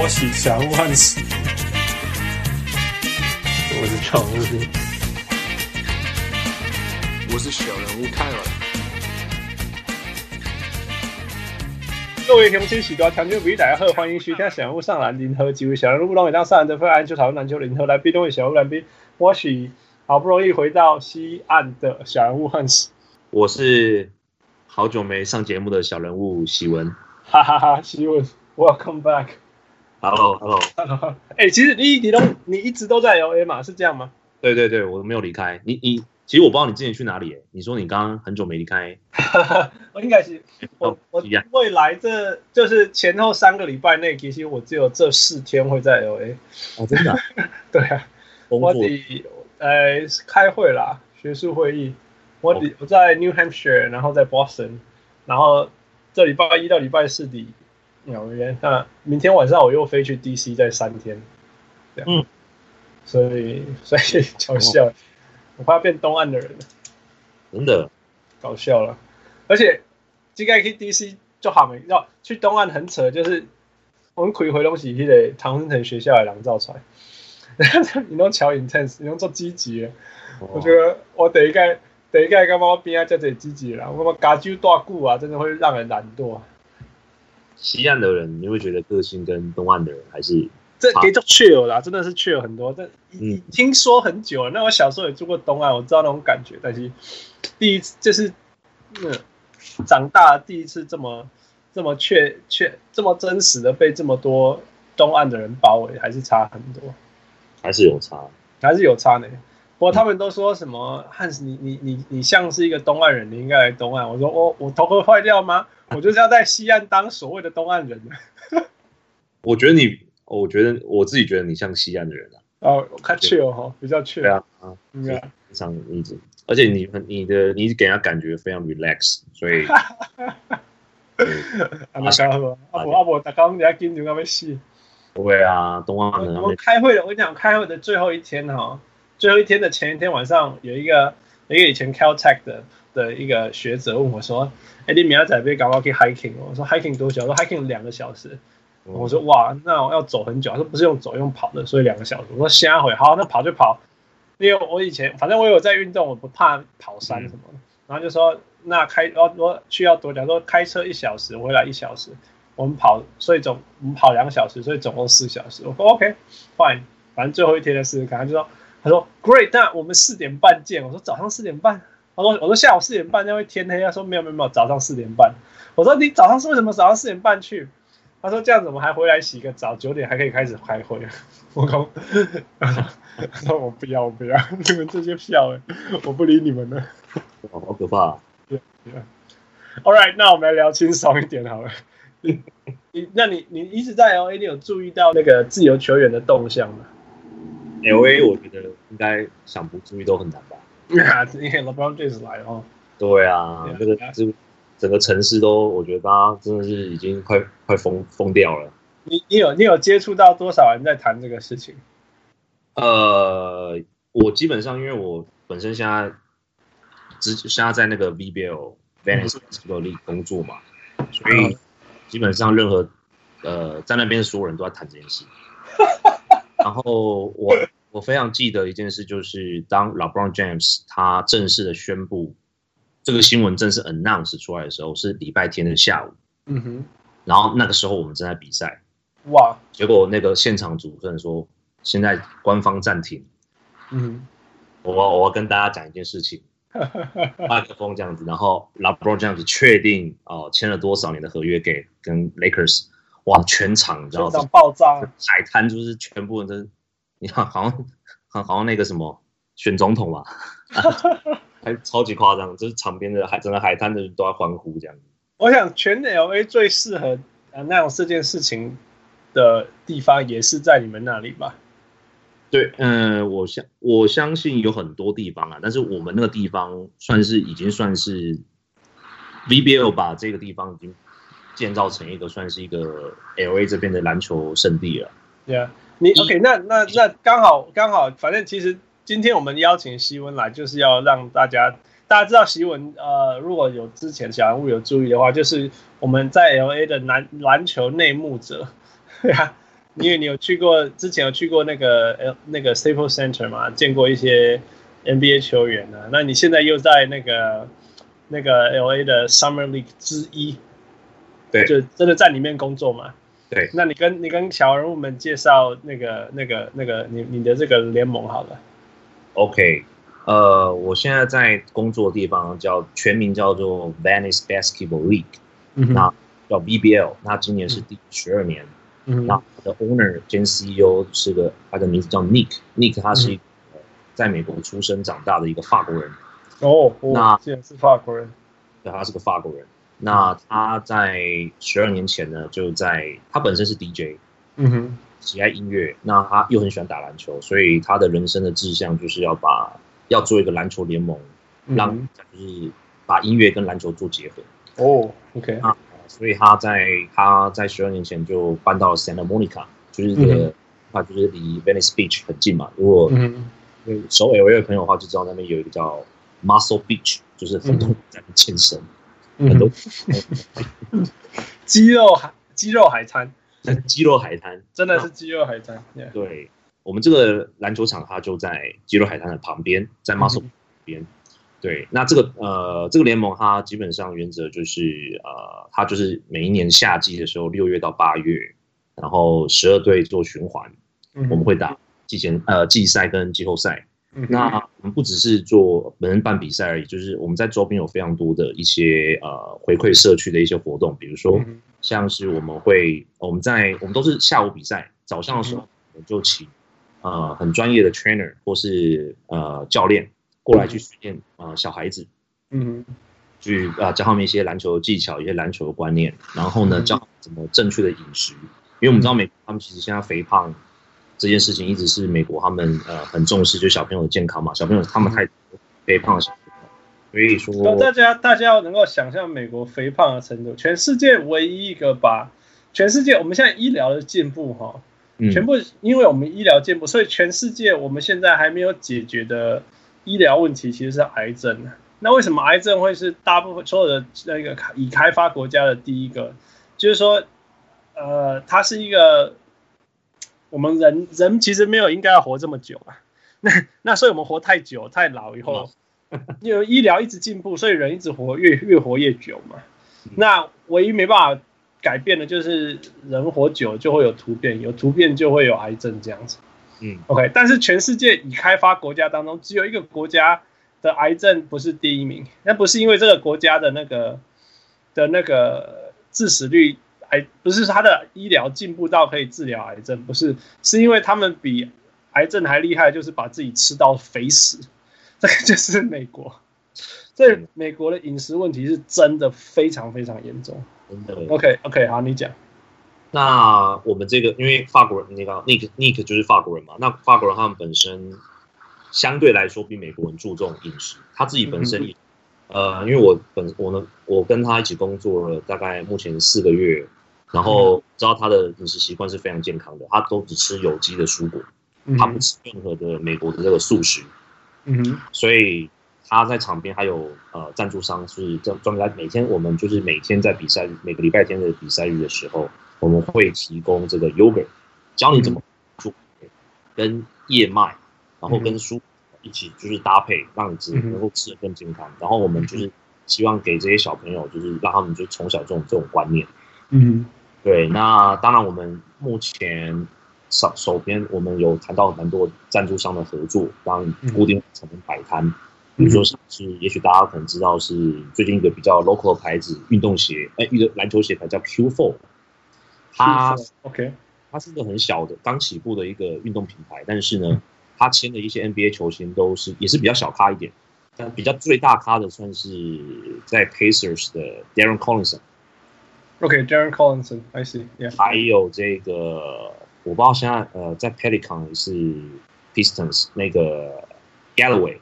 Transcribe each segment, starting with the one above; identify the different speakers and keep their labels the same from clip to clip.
Speaker 1: 我喜祥万喜，
Speaker 2: 我是常务兵，
Speaker 3: 我是小人物泰尔。
Speaker 4: 各位乡亲、许多听众朋友，大家好，欢迎收听《小人物上篮》联合集会。小人物让给当上篮得分，篮球讨论篮球，联合来宾都是小人物来宾。我许好不容易回到西岸的小人物汉斯，
Speaker 2: 我是好久没上节目的小人物喜文。
Speaker 4: 哈哈哈！希文，Welcome back。
Speaker 2: Hello，Hello，
Speaker 4: 哎、其实你你都你一直都在 LA 嘛，是这样吗？
Speaker 2: 对对对，我没有离开你。你其实我不知道你之前去哪里、欸，你说你刚刚很久没离开，
Speaker 4: 我哦应该是我我
Speaker 2: 一样
Speaker 4: 未来这就是前后三个礼拜内，其实我只有这四天会在 LA。
Speaker 2: 哦，真的啊、
Speaker 4: 对啊，
Speaker 2: 工
Speaker 4: 我
Speaker 2: 作
Speaker 4: 得呃开会啦，学术会议。我
Speaker 2: 哦
Speaker 4: 得我在 New Hampshire，然后在 Boston，然后这礼拜一到礼拜四的纽约。那明天晚上我又飞去 DC，在三天。这样，
Speaker 2: 嗯哦
Speaker 4: 所以 所以搞笑，我快要变东岸的人了，
Speaker 2: 真的
Speaker 4: 搞笑了。而且这个去 DC 就好没，要去东岸很扯，就是我们可以回东西，迄个唐人城学校的人造出来。 你拢超 intense，你拢做积极的。
Speaker 2: 哦
Speaker 4: 我觉得我第一届第一届感觉我边啊遮侪积极啦，我感觉加州大久啊，真的会让人懒惰。啊
Speaker 2: 西岸的人，你会觉得个性跟东岸的人还是
Speaker 4: 这
Speaker 2: 好
Speaker 4: 给就 chill 啦，真的是 chill 很多。但一
Speaker 2: 嗯
Speaker 4: 听说很久了，那我小时候也住过东岸，我知道那种感觉。但是第一次就是，嗯，长大第一次这么这么确确这么真实的被这么多东岸的人包围，还是差很多。
Speaker 2: 还是有差。
Speaker 4: 还是有差呢。不过他们都说什
Speaker 2: 嗯
Speaker 4: 么汉斯，你你你你像是一个东岸人，你应该来东岸。我说我我头会坏掉 吗？我就是要在西岸当所谓的东岸人。
Speaker 2: 我觉得你，我觉得我自己觉得你像西岸的人啊。
Speaker 4: 哦，看 chill 哈，比较 chill。
Speaker 2: 对啊，啊，
Speaker 4: 嗯，应该
Speaker 2: 非常你，而且你很你的你给人家感觉非常 relax，所以。对
Speaker 4: 啊，那刚好，阿伯阿伯，大刚你要紧张到要死。
Speaker 2: 不会啊，东岸的他
Speaker 4: 我我
Speaker 2: 们
Speaker 4: 开会的，我跟你讲，开会的最后一天哈、最后一天的前一天晚上，有一个有一个以前 Caltech 的的一个学者问我说：“哎、你明天仔被搞不可以 hiking？” 哦我说：“hiking 多久？”我说：“hiking 两个小时。”我说哇，那我要走很久。他说不是用走，用跑的，所以两个小时。我说瞎回，好，那跑就跑。因为我以前反正我有在运动，我不怕跑山什么的。然后就说那开，我我需要多久？说开车一小时，回来一小时。我们跑，所以总我们跑两个小时，所以总共四小时。我说 OK fine，反正最后一天再试试看。他就说他说 Great，那我们四点半见。我说早上四点半。他说我说下午四点半，那会天黑。他说没有没有没有，早上四点半。我说你早上是为什么早上四点半去？他说这样子我们还回来洗个澡，九点还可以开始开会。 我靠！他说我不要，我不要， 你们这些票欸，我不理你们了。
Speaker 2: 哦好可怕、啊。
Speaker 4: All right，那我们来聊轻松一点好了。 你你那你你一直在 LA，你有注意到那个自由球员的动向吗？
Speaker 2: L A 我觉得应该想不注意都很难吧？
Speaker 4: 啊，因为 LeBron James 来了哦。
Speaker 2: 对啊，
Speaker 4: 对啊
Speaker 2: 那个
Speaker 4: 对啊
Speaker 2: 这整个城市都，我觉得大家真的是已经快快疯疯掉了。
Speaker 4: 你你有你有接触到多少人在谈这个事情？
Speaker 2: 呃，我基本上因为我本身现在只现在在那个 V B L Venice Basketball League 工作嘛，所以基本上任何呃在那边所有人都在谈这件事。然后我我非常记得一件事，就是当 LeBron James 他正式的宣布这个新闻正式 announce 出来的时候，是礼拜天的下午。
Speaker 4: 嗯哼，
Speaker 2: 然后那个时候我们正在比赛，
Speaker 4: 哇，
Speaker 2: 结果那个现场主持人说，现在官方暂停，
Speaker 4: 嗯
Speaker 2: 我我要跟大家讲一件事情，麦克风这样子，然后 LeBron 这样子确定哦、签了多少年的合约给跟 Lakers，哇，全场你知道
Speaker 4: 哼，这场爆炸，啊
Speaker 2: 海滩就是全部人都，你看好像好好像那个什么选总统吧，还超级夸张，就是场边的海整个海滩的人都在欢呼这样子，
Speaker 4: 我想全 LA 最适合 announce 这件事情的地方，也是在你们那里吧？
Speaker 2: 对，嗯、我相我相信有很多地方啊，但是我们那个地方算是已经算是 VBL 把这个地方已经建造成一个算是一个 LA 这边的篮球圣地了。
Speaker 4: 对啊，你 OK？那那那刚好刚好，反正其实今天我们邀请希文来，就是要让大家大家知道希文呃，如果有之前小人物有注意的话，就是我们在 LA 的篮篮球内幕者，对啊，因为你有去过之前有去过那个呃那个 Staples Center 嘛，见过一些 NBA 球员呢、那你现在又在那个那个 LA 的 Summer League 之一，
Speaker 2: 对
Speaker 4: 就真的在里面工作嘛？
Speaker 2: 对
Speaker 4: 那你跟你跟小人物们介绍那个那个那个你你的这个联盟好了，
Speaker 2: OK，呃，我现在在工作的地方叫全名叫做 Venice Basketball League，
Speaker 4: 嗯
Speaker 2: 哼叫 VBL。那今年是第十二年。
Speaker 4: 嗯
Speaker 2: 那我的 owner 兼 CEO 是个他的名字叫 Nick，Nick 他
Speaker 4: 嗯
Speaker 2: 是一个呃在美国出生长大的一个法国人，
Speaker 4: 哦，
Speaker 2: 那
Speaker 4: 我竟然是法国人，
Speaker 2: 对，他是个法国人。那
Speaker 4: 嗯
Speaker 2: 他在十二年前呢，就在他本身是 DJ，
Speaker 4: 嗯哼，
Speaker 2: 喜爱音乐，那他又很喜欢打篮球，所以他的人生的志向就是要把要做一个篮球联盟，
Speaker 4: 嗯
Speaker 2: 让
Speaker 4: 哼
Speaker 2: 就是把音乐跟篮球做结合。
Speaker 4: 哦，OK，
Speaker 2: 那所以他在他在十二年前就搬到 Santa Monica，就是这
Speaker 4: 嗯
Speaker 2: 个，他就是离 Venice Beach 很近嘛。如果
Speaker 4: 嗯哼，
Speaker 2: 熟 L A 的朋友的话，就知道那边有一个叫 Muscle Beach，就是很多人在那边健身，
Speaker 4: 嗯
Speaker 2: 很多
Speaker 4: 哼，肌肉海肌肉海滩，
Speaker 2: 肌肉海滩。
Speaker 4: 真的是肌肉海滩，yeah，
Speaker 2: 对我们这个篮球场，它就在肌肉海滩的旁边，在 Muscle 旁边。对，那这个呃，这个联盟它基本上原则就是呃，它就是每一年夏季的时候，六月到八月，然后十二队做循环，
Speaker 4: 嗯
Speaker 2: 我们
Speaker 4: 哼
Speaker 2: 会打季前呃季赛跟季后赛。
Speaker 4: 嗯哼
Speaker 2: 那我们不只是做本身办比赛而已，就是我们在周边有非常多的一些呃回馈社区的一些活动，比如说
Speaker 4: 嗯哼
Speaker 2: 像是我们会我们在我们都是下午比赛，早上的
Speaker 4: 嗯
Speaker 2: 时候我们就请呃很专业的 trainer 或是呃教练过来去训练呃小孩子，
Speaker 4: 嗯哼
Speaker 2: 去啊、呃教他们一些篮球的技巧、一些篮球的观念，然后呢
Speaker 4: 嗯
Speaker 2: 教他们怎么正确的饮食，因为我们知道美国他们其实现在肥胖这件事情一直是美国他们呃很重视，就小朋友的健康嘛，小朋友他
Speaker 4: 嗯
Speaker 2: 们太多肥胖的小朋友，所以说
Speaker 4: 那大家大家要能够想象美国肥胖的程度，全世界唯一一个把全世界我们现在医疗的进步哈，
Speaker 2: 嗯
Speaker 4: 全部因为我们医疗进步，所以全世界我们现在还没有解决的医疗问题其实是癌症。啊那为什么癌症会是大部分所有的那个已开发国家的第一个？就是说，呃，它是一个我们人人其实没有应该要活这么久啊。那那所以我们活太久太老以后， 因为医疗一直进步，所以人一直活越越活越久嘛。那唯一没办法改变的就是人活久就会有突变，有突变就会有癌症这样子。
Speaker 2: 嗯
Speaker 4: OK，但是全世界已开发国家当中，只有一个国家的癌症不是第一名，那不是因为这个国家的那个的那个致死率癌，不是它的医疗进步到可以治疗癌症，不是，是因为他们比癌症还厉害，就是把自己吃到肥死， 这个就是美国。所以美国的饮食问题是真的非常非常严重。
Speaker 2: 真的
Speaker 4: OK OK，好，你讲。
Speaker 2: 那我们这个，因为法国人那个 Nick Nick 就是法国人嘛，那法国人他们本身相对来说比美国人注重饮食，他自己本身也，呃，因为我本我呢，我跟他一起工作了大概目前四个月，然后知道他的饮食习惯是非常健康的，他都只吃有机的蔬果，
Speaker 4: 嗯
Speaker 2: 他不吃任何的美国的这个素食，
Speaker 4: 嗯哼
Speaker 2: 所以他在场边还有呃赞助商是专专门来每天我们就是每天在比赛日每个礼拜天的比赛日的时候，我们会提供这个 yogurt，教你怎么煮，跟燕麦，然后跟蔬一起就是搭配，让你吃
Speaker 4: 嗯哼
Speaker 2: 能够吃得更健康。然后我们就是希望给这些小朋友，就是让他们就从小这种这种观念。
Speaker 4: 嗯
Speaker 2: 对，那当然我们目前手手边我们有谈到蛮多赞助商的合作，让固定成本摆摊，比如说像是也许大家可能知道是最近一个比较 local 的牌子运动鞋，哎、一个篮球鞋牌叫 Q Four，它
Speaker 4: 是，OK，
Speaker 2: 它是一个很小的刚起步的一个运动品牌，但是呢，它签的一些 NBA 球星都是也是比较小咖一点，但比较最大咖的算是在 Pacers 的 Darren 啊 Collison。
Speaker 4: OK，Darren Collinson，I see，yeah，
Speaker 2: 还有这个，我不知道现在呃，在 Pelican 是 Pistons 那个 Galloway，Yeah，Lance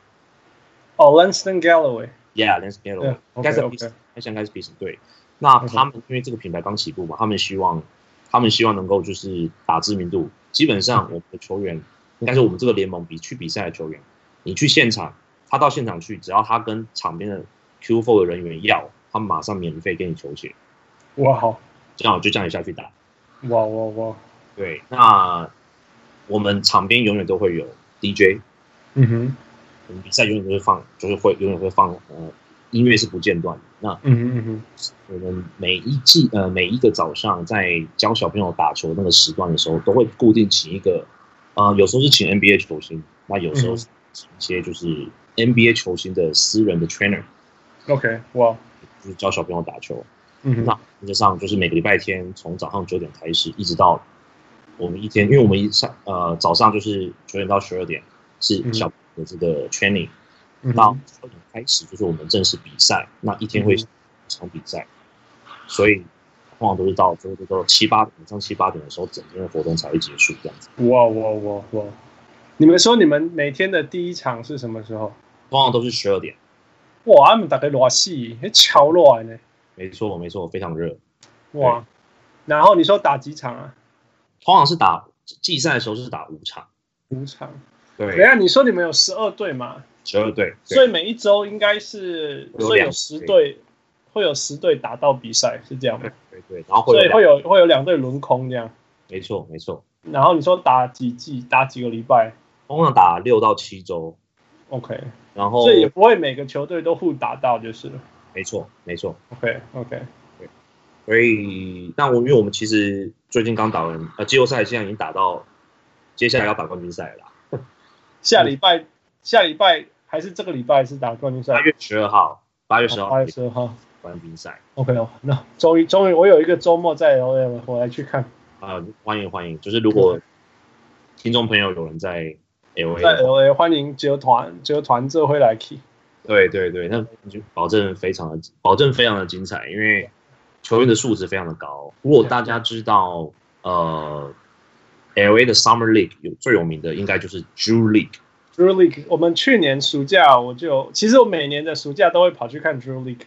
Speaker 4: 哦，Langston Galloway，
Speaker 2: Galloway，
Speaker 4: 对
Speaker 2: 应该是
Speaker 4: OK，OK
Speaker 2: Pistons，他现在应该是 Pistons 对。那
Speaker 4: OK
Speaker 2: 他们因为这个品牌刚起步嘛，他们希望他们希望能够就是打知名度。基本上我们的球员，应该是我们这个联盟比去比赛的球员，你去现场，他到现场去，只要他跟场边的 Q4 的人员要，他马上免费给你球鞋，
Speaker 4: 哇，哇
Speaker 2: 这样我就叫你下去打。
Speaker 4: 哇哇，
Speaker 2: 对，那我们场边永远都会有 DJ，
Speaker 4: 嗯哼，
Speaker 2: 我们比赛永远都会放，就是会永远会放呃音乐是不间断的。那
Speaker 4: 嗯哼嗯哼，
Speaker 2: 我们每一季呃每一个早上在教小朋友打球那个时段的时候，都会固定请一个，呃有时候是请 NBA 球星，那有时候
Speaker 4: 嗯
Speaker 2: 是请一些就是 NBA 球星的私人的 trainer，
Speaker 4: OK，哇，
Speaker 2: 就是教小朋友打球。
Speaker 4: 嗯
Speaker 2: 那
Speaker 4: 哼，
Speaker 2: 原则上就是每个礼拜天从早上九点开始，一直到我们一天，因为我们一上呃早上就是九点到十二点是
Speaker 4: 嗯
Speaker 2: 小朋友的这个 training，、
Speaker 4: 嗯
Speaker 2: 到
Speaker 4: 哼，
Speaker 2: 十二点开始就是我们正式比赛，那一天会
Speaker 4: 嗯
Speaker 2: 一场比赛，所以通常都是到最后都七八晚上七八点的时候，整天的活动才会结束这样子。
Speaker 4: 哇哇哇哇！你们说你们每天的第一场是什么时候？
Speaker 2: 通常都是十二点，
Speaker 4: 哇，他们大概热死，那超热呢！
Speaker 2: 没错没错，非常热。
Speaker 4: 哇，然后你说打几场啊？
Speaker 2: 通常是打季赛的时候是打五场，
Speaker 4: 五场。等一
Speaker 2: 对，
Speaker 4: 下，你说你们有十二队嘛？
Speaker 2: 十二队，对
Speaker 4: 所以每一周应该是，
Speaker 2: 有
Speaker 4: 所以有
Speaker 2: 两
Speaker 4: 十
Speaker 2: 队
Speaker 4: 队，会有十队打到比赛，是这样吗？
Speaker 2: 对对，然后会
Speaker 4: 所以
Speaker 2: 有两
Speaker 4: 会有会有两队轮空这样。
Speaker 2: 没错没错，
Speaker 4: 然后你说打几季，打几个礼拜
Speaker 2: 通常打六到七周，
Speaker 4: ，OK，
Speaker 2: 然后
Speaker 4: 所以也不会每个球队都互打到，就是了
Speaker 2: 没错没错，
Speaker 4: OK OK，
Speaker 2: 嗯所以那我因为我们其实最近刚打完呃季后赛，现在已经打到接下来要打冠军赛了啦，
Speaker 4: 下礼拜、下礼拜还是这个礼拜是打冠军赛
Speaker 2: 八，月十二号，八月十号
Speaker 4: 哦八月十二号
Speaker 2: 冠军赛
Speaker 4: OK 哦，那终于终于我有一个周末在 LA，我来去看，
Speaker 2: 啊、欢迎欢迎，就是如果听众朋友有人在 L A
Speaker 4: 在
Speaker 2: 的话，
Speaker 4: LA 欢迎只有团只有团这会来 key，
Speaker 2: 对对对，那就保证非常的保证非常的精彩，因为球员的素质非常的高。如果大家知道呃 L A 的 Summer League 有最有名的应该就是 Drew League。
Speaker 4: Drew League，我们去年暑假我就，其实我每年的暑假都会跑去看 Drew League。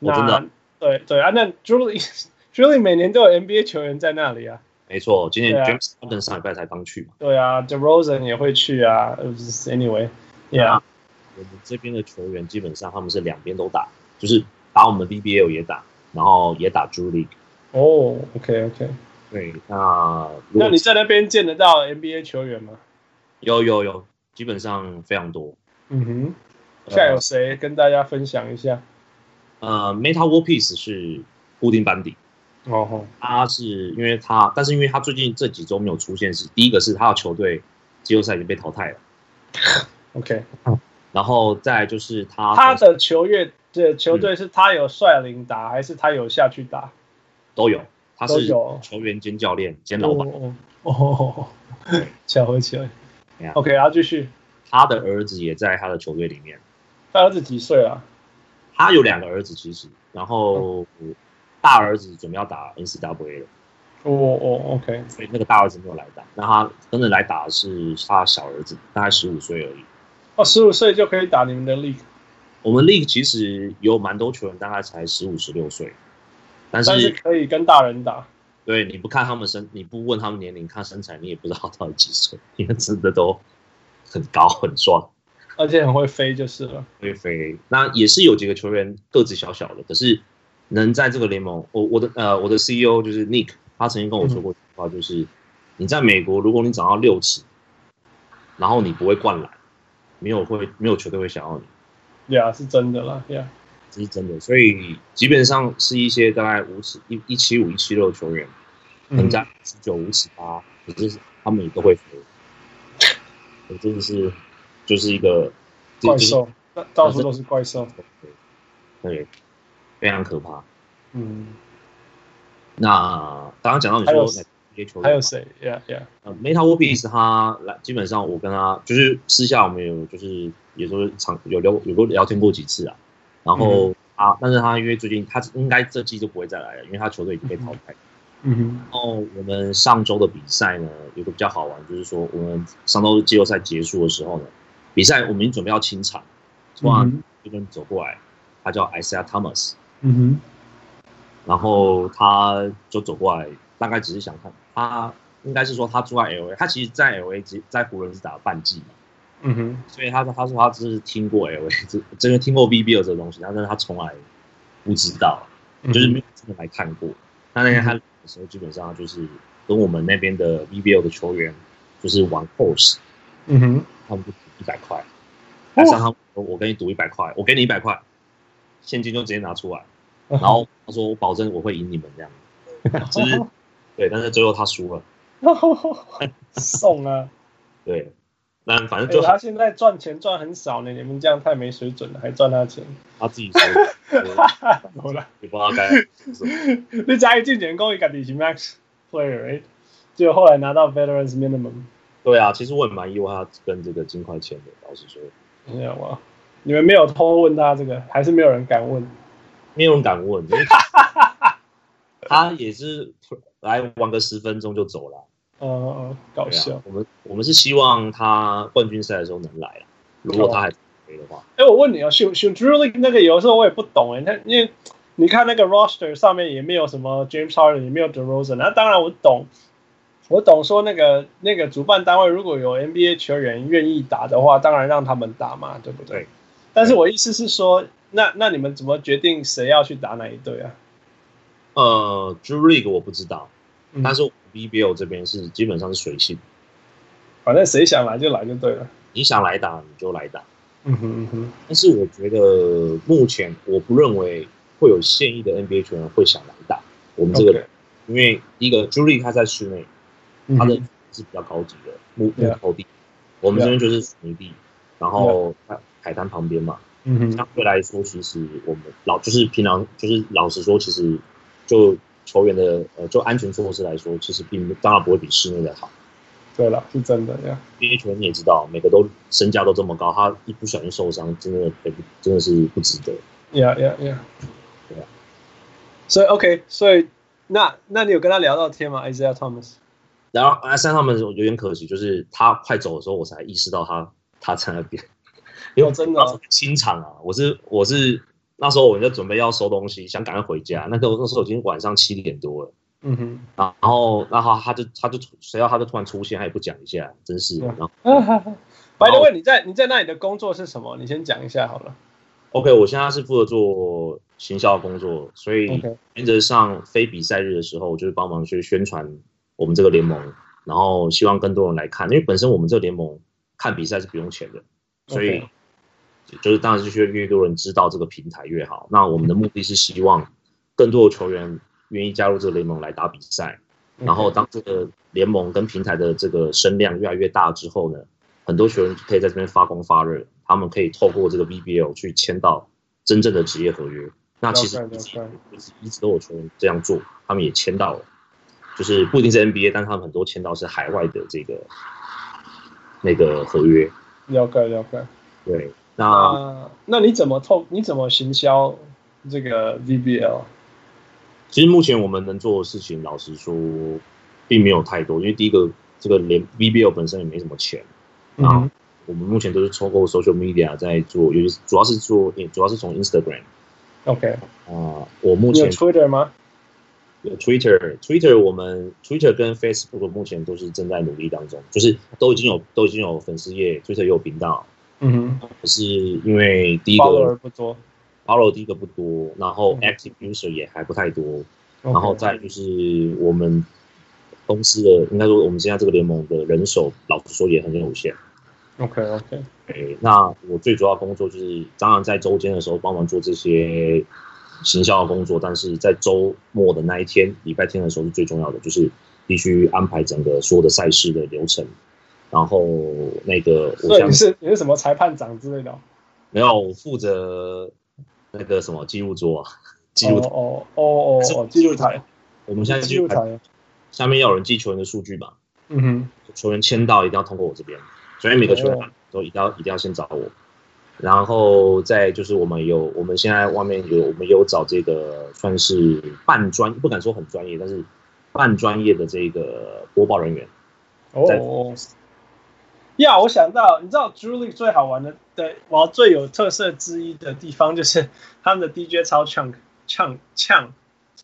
Speaker 2: 哦
Speaker 4: 那
Speaker 2: 真的啊
Speaker 4: 对对啊，那 Drew League，Drew League 每年都有 NBA 球员在那里啊。
Speaker 2: 没错，今年
Speaker 4: 对啊
Speaker 2: James Harden 上礼拜才刚去嘛。
Speaker 4: 对啊，DeRozan 也会去啊。呃 Anyway，yeah，
Speaker 2: 我们这边的球员基本上他们是两边都打，就是打我们 VBL 也打，然后也打 Drew League。
Speaker 4: 哦，OK OK，
Speaker 2: 对，那如果
Speaker 4: 那你在那边见得到 NBA 球员吗？
Speaker 2: 有有有，基本上非常多。
Speaker 4: 嗯哼，
Speaker 2: 呃
Speaker 4: 现在有谁跟大家分享一下？
Speaker 2: 呃，Meta War Piece 是固定班底，
Speaker 4: 哦吼，
Speaker 2: 他是因为他，但是因为他最近这几周没有出现是，第一个是他的球队季后赛已经被淘汰了，
Speaker 4: ，OK，
Speaker 2: 然后再来就是他
Speaker 4: 他的球员的球队是他有率领打，还是他有下去打？
Speaker 2: 都有，他
Speaker 4: 都
Speaker 2: 是
Speaker 4: 有
Speaker 2: 球员兼教练兼老板，
Speaker 4: 哦哦哦，哦巧合巧合
Speaker 2: 对啊。
Speaker 4: OK，然后继续，
Speaker 2: 他的儿子也在他的球队里面。
Speaker 4: 他儿子几岁啊了？
Speaker 2: 他有两个儿子，其实，然后大儿子准备要打 NCAA 了，
Speaker 4: 哦哦，OK，
Speaker 2: 所以那个大儿子没有来打，那他跟着来打的是他小儿子，大概十五岁而已。
Speaker 4: 哦，十五岁就可以打你们的 league，
Speaker 2: 我们 league 其实有蛮多球员大概才十五十六岁，但是
Speaker 4: 但是可以跟大人打。
Speaker 2: 对你不看他们身，你不问他们年龄，看身材，你也不知道他到底几岁，因为真的都很高很壮，
Speaker 4: 而且很会飞就是了。
Speaker 2: 会飞。那也是有几个球员个子小小的，可是能在这个联盟，我我的呃我的 CEO 就是 Nick，他曾经跟我说过一句话，就是、你在美国，如果你长到六尺，然后你不会灌篮，没有会没有球队会想要你，
Speaker 4: 呀，是真的啦，呀，
Speaker 2: 这是真的。所以基本上是一些大概五尺一一七五一七六的球员，
Speaker 4: 嗯
Speaker 2: 人家十九五尺八，可是他们也都会飞，我真的是就是一个这
Speaker 4: 嗯怪
Speaker 2: 就是
Speaker 4: 兽，那到处都是怪兽。
Speaker 2: 对，非常可怕。
Speaker 4: 嗯，
Speaker 2: 那刚刚讲到你
Speaker 4: 还有
Speaker 2: 说
Speaker 4: 谁
Speaker 2: 哪些球员嘛
Speaker 4: 还有谁呀呀，
Speaker 2: 呃，Meta w o r p i e s 他来，基本上我跟他就是私下我们有就是也说常有聊有过聊天过几次啊，然
Speaker 4: 嗯
Speaker 2: 后他、但是他因为最近他应该这季就不会再来了，因为他球队已经被淘汰。
Speaker 4: 嗯哼，
Speaker 2: 然后我们上周的比赛呢，有个比较好玩，就是说我们上周季后赛结束的时候呢，比赛我们已经准备要清场，突然
Speaker 4: 嗯
Speaker 2: 这边走过来，他叫 Isaiah Thomas，
Speaker 4: 嗯
Speaker 2: 然后他就走过来，大概只是想看他，应该是说他住在 L A，他其实在 L A 只在湖人是打了半季嘛，
Speaker 4: 哼，嗯哼，
Speaker 2: 所以他他说他只是听过 L A，这真的听过 V B L 这个东西，但是他从来啊
Speaker 4: 嗯
Speaker 2: 不知道，就是没有真的来看过。那那天他来的时候，基本上就是跟我们那边的 VBL 的球员就是玩 pose，
Speaker 4: 嗯哼，
Speaker 2: 他们就一百块，晚上他们说我跟你赌一百块，我给你一百块，现金就直接拿出来，然后他说我保证我会赢你们这样，就是对，但是最后他输了，
Speaker 4: 送啊！
Speaker 2: 对，但反正
Speaker 4: 哎
Speaker 2: 就
Speaker 4: 他现在赚钱赚很少呢，你们这样太没水准了，还赚他钱，
Speaker 2: 他自己说，
Speaker 4: 哈 哈，好啦。
Speaker 2: 也不知道该说什么
Speaker 4: 你加一进员工，一个底薪 max player，right? 结果后来拿到 veterans minimum，
Speaker 2: 对啊，其实我也蛮意外他跟这个金块签的，老实说，
Speaker 4: 没有啊？你们没有偷问他这个，还是没有人敢问？
Speaker 2: 没有人敢问，因为 他也是来玩个十分钟就走了。
Speaker 4: 嗯嗯，嗯搞
Speaker 2: 对
Speaker 4: 笑
Speaker 2: 啊。，我们我们是希望他冠军赛的时候能来啊，如果他还没的话，
Speaker 4: 哎、我问你啊，选选 Drew League 那个有的时候我也不懂哎、那因为你看那个 roster 上面也没有什么 James Harden，也没有 DeRozan，那当然我懂，我懂说那个那个主办单位如果有 NBA 球员愿意打的话，当然让他们打嘛，对不对？
Speaker 2: 对
Speaker 4: 但是我意思是说，那那你们怎么决定谁要去打哪一队啊？
Speaker 2: 呃 d r e w League 我不知道，
Speaker 4: 嗯
Speaker 2: 但是我 BBL 这边是基本上是随性，
Speaker 4: 反正谁想来就来就对了。
Speaker 2: 你想来打你就来打。
Speaker 4: 嗯哼嗯哼，
Speaker 2: 但是我觉得目前我不认为会有现役的 NBA 球员会想来打我们这个
Speaker 4: OK
Speaker 2: 因为第一个 d r e w League 他在室内，
Speaker 4: 嗯
Speaker 2: 它的
Speaker 4: 哼
Speaker 2: 是比较高级的木
Speaker 4: Yeah.
Speaker 2: 木头地，我们
Speaker 4: Yeah.
Speaker 2: 这边就是水泥地，然后海海滩旁边嘛。
Speaker 4: 嗯哼
Speaker 2: 相对来说，其实我们老就是平常就是老实说，其实就球员的呃就安全措施来说，其实并当然不会比室内的好。
Speaker 4: 对了，是真的呀。
Speaker 2: 因为球员你也知道，每个都身价都这么高，他一不小心受伤，真的赔不真的是不值得。
Speaker 4: Yeah, yeah, yeah.
Speaker 2: 对啊
Speaker 4: 所以 OK，所以那那你有跟他聊到天吗？Isaiah Thomas？
Speaker 2: 然后阿三他们有点可惜，就是他快走的时候，我才意识到他他在那边。因为我
Speaker 4: 真的哦
Speaker 2: 那时候清场啊，我是我是那时候我就准备要收东西，想赶快回家。那个那时候已经晚上七点多了，
Speaker 4: 嗯哼
Speaker 2: 然后然后他就他就谁料他就突然出现，他也不讲一下，真是的。
Speaker 4: 嗯
Speaker 2: 然
Speaker 4: 哈
Speaker 2: 后
Speaker 4: 哈哈。By the
Speaker 2: 然
Speaker 4: way，你在你在那里的工作是什么？你先讲一下好了。
Speaker 2: OK，我现在是负责做行销工作，所以
Speaker 4: OK
Speaker 2: 原则上非比赛日的时候，我就是帮忙去宣传我们这个联盟，然后希望更多人来看，因为本身我们这个联盟看比赛是不用钱的，所以
Speaker 4: OK
Speaker 2: 就是当然是越越多人知道这个平台越好。那我们的目的是希望更多的球员愿意加入这个联盟来打比赛，然
Speaker 4: 嗯
Speaker 2: 后当这个联盟跟平台的这个声量越来越大之后呢，很多球员可以在这边发光发热，他们可以透过这个 BBL 去签到真正的职业合约。那其实
Speaker 4: 了解
Speaker 2: 一直
Speaker 4: 了
Speaker 2: 一直都有球员这样做，他们也签到了，就是不一定是 NBA，但他们很多签到是海外的这个那个合约。
Speaker 4: 了解了解。
Speaker 2: 对，那、
Speaker 4: 啊，那你怎么透？你怎么行销这个 VBL？
Speaker 2: 其实目前我们能做的事情，老实说，并没有太多，因为第一个这个连 VBL 本身也没什么钱。
Speaker 4: 嗯哼
Speaker 2: 我们目前都是透过 social media 在做，尤其是主要是做，主要是从 Instagram
Speaker 4: ，OK。
Speaker 2: 啊、我目
Speaker 4: 你有
Speaker 2: 前
Speaker 4: Twitter 吗？
Speaker 2: 有 Twitter，Twitter 我们 Twitter 跟 Facebook 目前都是正在努力当中，就是都已经有都已经有粉丝页，Twitter 也有频道，
Speaker 4: 嗯哼
Speaker 2: 可是因为第一
Speaker 4: ，follower
Speaker 2: 个
Speaker 4: 不多。
Speaker 2: follow 第一个不多，然后
Speaker 4: 嗯
Speaker 2: active user 也还不太多，
Speaker 4: 然
Speaker 2: 然后再就是我们公司的应该说我们现在这个联盟的人手，老实说也很有限。
Speaker 4: OK OK，
Speaker 2: 对，那我最主要工作就是，当然在周间的时候帮忙做这些行销的工作，但是在周末的那一天，礼拜天的时候是最重要的，就是必须安排整个所有的赛事的流程。然后那个我
Speaker 4: 所以
Speaker 2: 像
Speaker 4: 你是你是什么裁判长之类的哦？
Speaker 2: 没有我负责那个什么记录桌啊， 记录、
Speaker 4: 哦哦哦哦哦，记录台，
Speaker 2: 我们现在
Speaker 4: 记录台。
Speaker 2: 下面要有人记球员的数据嘛，
Speaker 4: 嗯哼。
Speaker 2: 球员签到一定要通过我这边，所以每个球员
Speaker 4: 哦
Speaker 2: 都一定要一定要先找我。然后再就是我们有，我们现在外面有，我们有找这个算是半专，不敢说很专业，但是半专业的这个播报人员。在
Speaker 4: 哦，呀，我想到，你知道 d r e w League 最好玩的的，我最有特色之一的地方就是他们的 DJ 超呛呛呛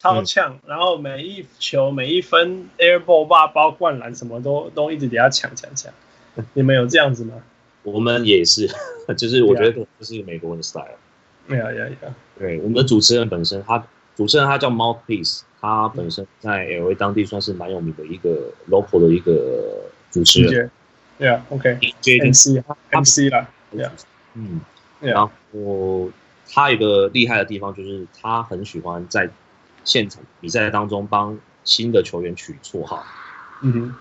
Speaker 4: 超呛，然后每一球每一分 air ball 吧包灌篮什么都都一直给他抢抢 抢。你们有这样子吗？
Speaker 2: 我们也是， 就是我觉得这是美国人的 style。
Speaker 4: 没有，有有。
Speaker 2: 对，我们的主持人本身他主持人他叫 Mouthpiece，他本身在 LA 当地算是蛮有名的一个 local 的一个主持人
Speaker 4: 嗯，Yeah，OK，MC
Speaker 2: ，DJ 就是他
Speaker 4: MC 啦，Yeah，
Speaker 2: 嗯，
Speaker 4: Yeah
Speaker 2: 然后他有个厉害的地方就是他很喜欢在现场比赛当中帮新的球员取绰号
Speaker 4: 嗯哼，